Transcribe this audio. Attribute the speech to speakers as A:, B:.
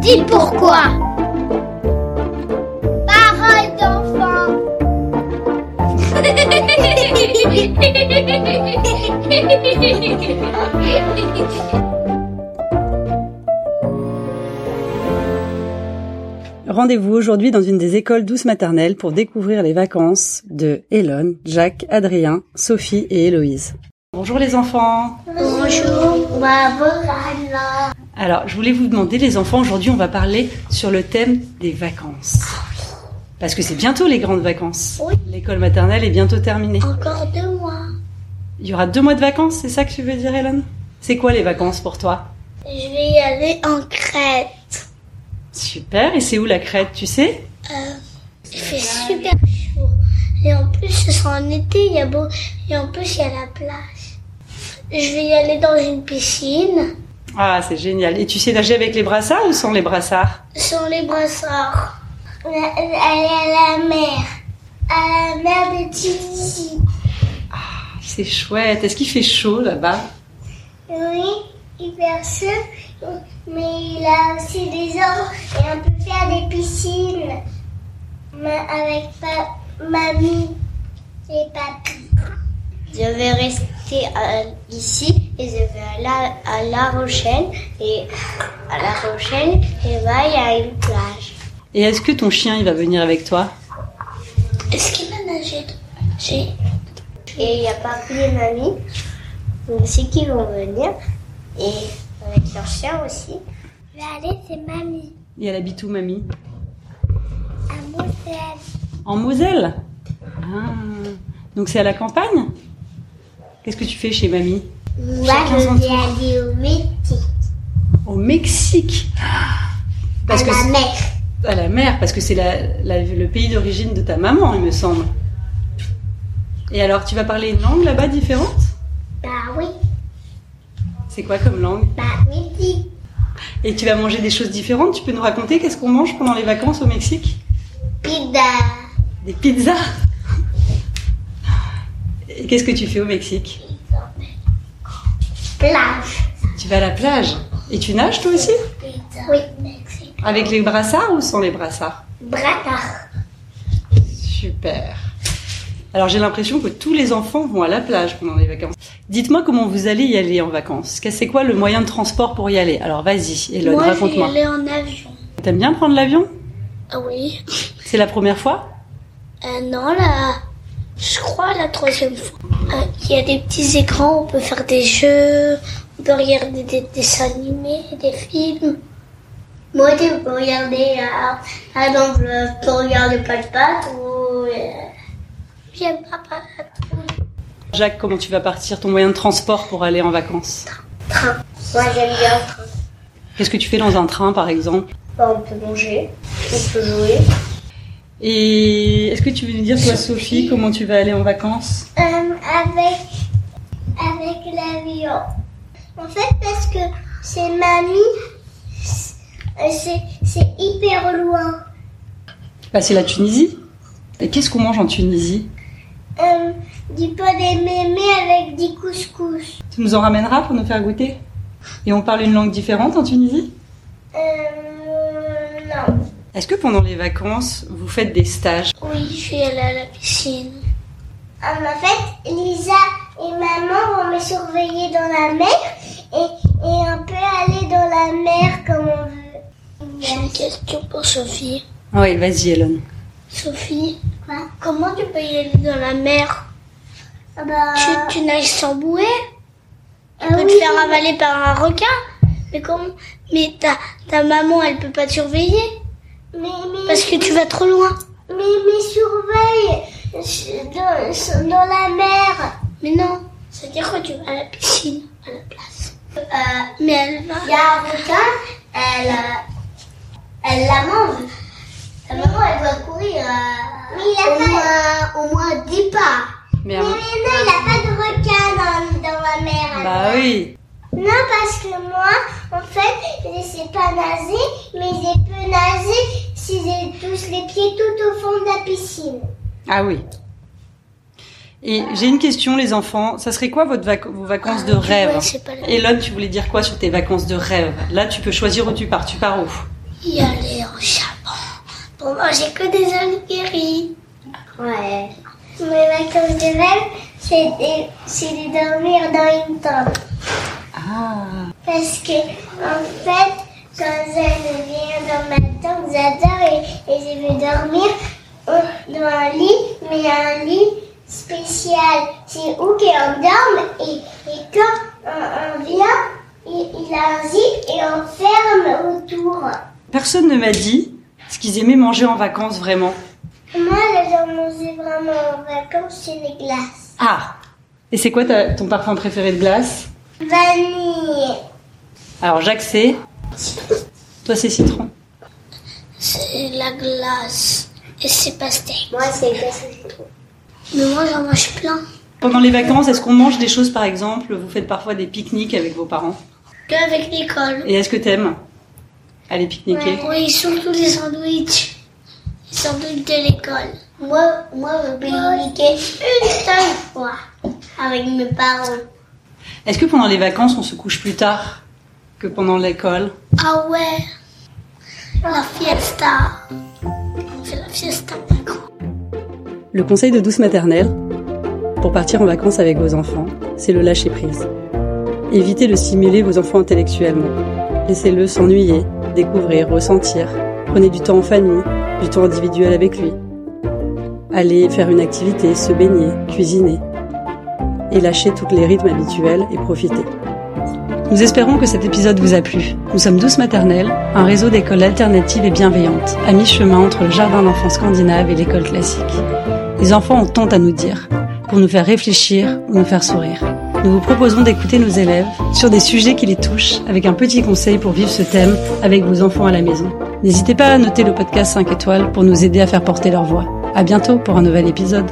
A: Dis pourquoi. Parole d'enfant.
B: Rendez-vous aujourd'hui dans une des écoles douces maternelles pour découvrir les vacances de Elon, Jacques, Adrien, Sophie et Héloïse. Bonjour les enfants.
A: Bonjour, bravo Anna.
B: Alors, je voulais vous demander les enfants, aujourd'hui on va parler sur le thème des vacances. Parce que c'est bientôt les grandes vacances.
A: Oui.
B: L'école maternelle est bientôt terminée.
A: Encore deux mois.
B: Il y aura deux mois de vacances, c'est ça que tu veux dire Elon C'est quoi les vacances pour toi
A: Je vais y aller en Crète.
B: Super, et c'est où la Crète, tu sais
A: Euh, il fait super chaud. Et en plus, ce sera en été, il y a beau. Et en plus, il y a la plage. Je vais y aller dans une piscine.
B: Ah, c'est génial. Et tu sais nager avec les brassards ou sans les brassards
A: Sans les brassards. Aller à la mer. À la mer de Tunisie.
B: C'est chouette. Est-ce qu'il fait chaud là-bas
A: Oui, hyper chaud. Mais il a aussi des arbres et on peut faire des piscines. Mais avec ma- mamie et papy.
C: Je vais rester euh, ici et je vais aller à La Rochelle. Et à La Rochelle, et là, il y a une plage.
B: Et est-ce que ton chien, il va venir avec toi
A: Est-ce qu'il va nager J'ai
C: Et il y a papi et mamie aussi qui vont venir. Et avec leur chien aussi.
A: Je vais aller chez mamie,
B: Et elle habite où, mamie
A: à Bruxelles.
B: En Moselle Ah. Donc c'est à la campagne Qu'est-ce que tu fais chez mamie
A: Moi,
B: Chacun son
A: vais aller au Mexique,
B: Au Mexique Ah. Parce que c'est-
A: mer.
B: à la mer, parce que c'est la- la- le pays d'origine de ta maman, il me semble. Et alors, tu vas parler une langue là-bas différente
A: Bah oui,
B: C'est quoi comme langue
A: bah midi.
B: Et tu vas manger des choses différentes Tu peux nous raconter qu'est-ce qu'on mange pendant les vacances au Mexique
A: Pida.
B: Des pizzas Et qu'est-ce que tu fais au Mexique
A: Plage.
B: Tu vas à la plage et tu nages toi aussi
A: Oui, Mexique.
B: Avec les brassards ou sans les brassards
A: Brassard.
B: Super Alors j'ai l'impression que tous les enfants vont à la plage pendant les vacances. Dites-moi comment vous allez y aller en vacances. Qu'est-ce- C'est quoi le moyen de transport pour y aller Alors vas-y, Elodie,
A: Moi, je vais y
B: raconte-moi.
A: aller en avion.
B: T'aimes bien prendre l'avion
A: Ah oui.
B: C'est la première fois
A: Euh, non, là, je crois la troisième fois. Euh, Il y a des petits écrans, on peut faire des jeux, on peut regarder des dessins animés, des films.
C: Moi, tu peux regarder
A: euh,
C: à, à l'enveloppe, tu regardes pas de pâte ou.
A: euh, J'aime pas parler.
B: Jacques, comment tu vas partir Ton moyen de transport pour aller en vacances
C: Moi, j'aime bien le train.
B: Qu'est-ce que tu fais dans un train par exemple
C: Bah, on peut manger, on peut jouer.
B: Et est-ce que tu veux nous dire toi Sophie comment tu vas aller en vacances
A: Euh, avec, avec l'avion. En fait, parce que c'est mamie, c'est- c'est c'est hyper loin.
B: Bah c'est la Tunisie. Et qu'est-ce qu'on mange en Tunisie
A: Euh, du pot des mémés avec du couscous.
B: Tu nous en ramèneras pour nous faire goûter Et on parle une langue différente en Tunisie
A: Euh, non.
B: Est-ce que pendant les vacances, vous faites des stages
A: Oui, je suis allée à la piscine. Ah, en fait, Lisa et maman vont me surveiller dans la mer et, et on peut aller dans la mer comme on veut. J'ai une question pour Sophie.
B: Ah oui, vas-y Hélène.
A: Sophie, comment tu peux y aller dans la mer Ah tu, tu nages sans bouée Tu peux te faire avaler par un requin Mais comment Mais ta, ta maman, elle peut pas te surveiller Parce que tu vas trop loin.
C: Mais, mais surveille
A: euh,
C: je- dans, sur- dans la mer.
A: Mais non, c'est-à-dire que tu vas à la piscine, à la place.
C: Euh,
A: Mais elle va.
C: Il y a un requin, elle, euh, elle la mange. La maman, elle doit courir. euh,
A: Mais il a
C: au, moins, au moins 10 pas.
B: Mais avant-
C: non, il n'a pas de requin dans, la mer.
B: Bah oui.
C: Non, parce que moi, en fait, je ne sais pas nager, mais je peux nager si je touche les pieds tout au fond de la piscine.
B: Ah oui. Et j'ai une question les enfants. Ça serait quoi votre vac- vos vacances de rêve
A: c'est Ah, pas la-
B: Elon, tu voulais dire quoi sur tes vacances de rêve Là, tu peux choisir où tu pars. Tu pars où
A: y aller au Japon pour manger que des onigiri.
C: Ouais. Mes vacances de rêve, c'est de, c'est de dormir dans une tente.
B: Ah,
C: Parce que, en fait, quand je viens dans ma tente, j'adore et, et je veux dormir au- dans un lit, mais un lit spécial. C'est où qu'on dorme et, et quand on, on vient, il, il a un zip et on ferme autour.
B: personne ne m'a dit ce qu'ils aimaient manger en vacances vraiment.
C: Moi, là, j'en mangeais vraiment en vacances, c'est les glaces.
B: Ah Et c'est quoi ta- ton parfum préféré de glace
C: Vanille.
B: Alors Jacques, c'est Toi, c'est citron.
A: C'est la glace et c'est pastel.
C: Moi, c'est les glaces au citron.
A: Mais moi j'en mange plein.
B: Pendant les vacances, est-ce qu'on mange des choses, par exemple Vous faites parfois des pique-niques avec vos parents.
A: Que avec l'école.
B: Et est-ce que t'aimes aller pique-niquer
A: Oui, surtout les sandwichs. Les sandwichs de l'école.
C: Moi, moi, je pique-niquer une seule fois avec mes parents.
B: Est-ce que pendant les vacances, on se couche plus tard que pendant l'école
A: Ah ouais, la fiesta. On fait la fiesta pas grand.
B: Le conseil de douce maternelle pour partir en vacances avec vos enfants, c'est le lâcher prise. Évitez de stimuler vos enfants intellectuellement. Laissez-le s'ennuyer, découvrir, ressentir. Prenez du temps en famille, du temps individuel avec lui. Allez faire une activité, se baigner, cuisiner. Et lâchez tous les rythmes habituels et profitez. Nous espérons que cet épisode vous a plu. Nous sommes Douce Maternelle, un réseau d'écoles alternatives et bienveillantes, à mi-chemin entre le jardin d'enfants scandinave et l'école classique. Les enfants ont tant à nous dire, pour nous faire réfléchir ou nous faire sourire. Nous vous proposons d'écouter nos élèves sur des sujets qui les touchent, avec un petit conseil pour vivre ce thème avec vos enfants à la maison. N'hésitez pas à noter le podcast 5 étoiles pour nous aider à faire porter leur voix. À bientôt pour un nouvel épisode.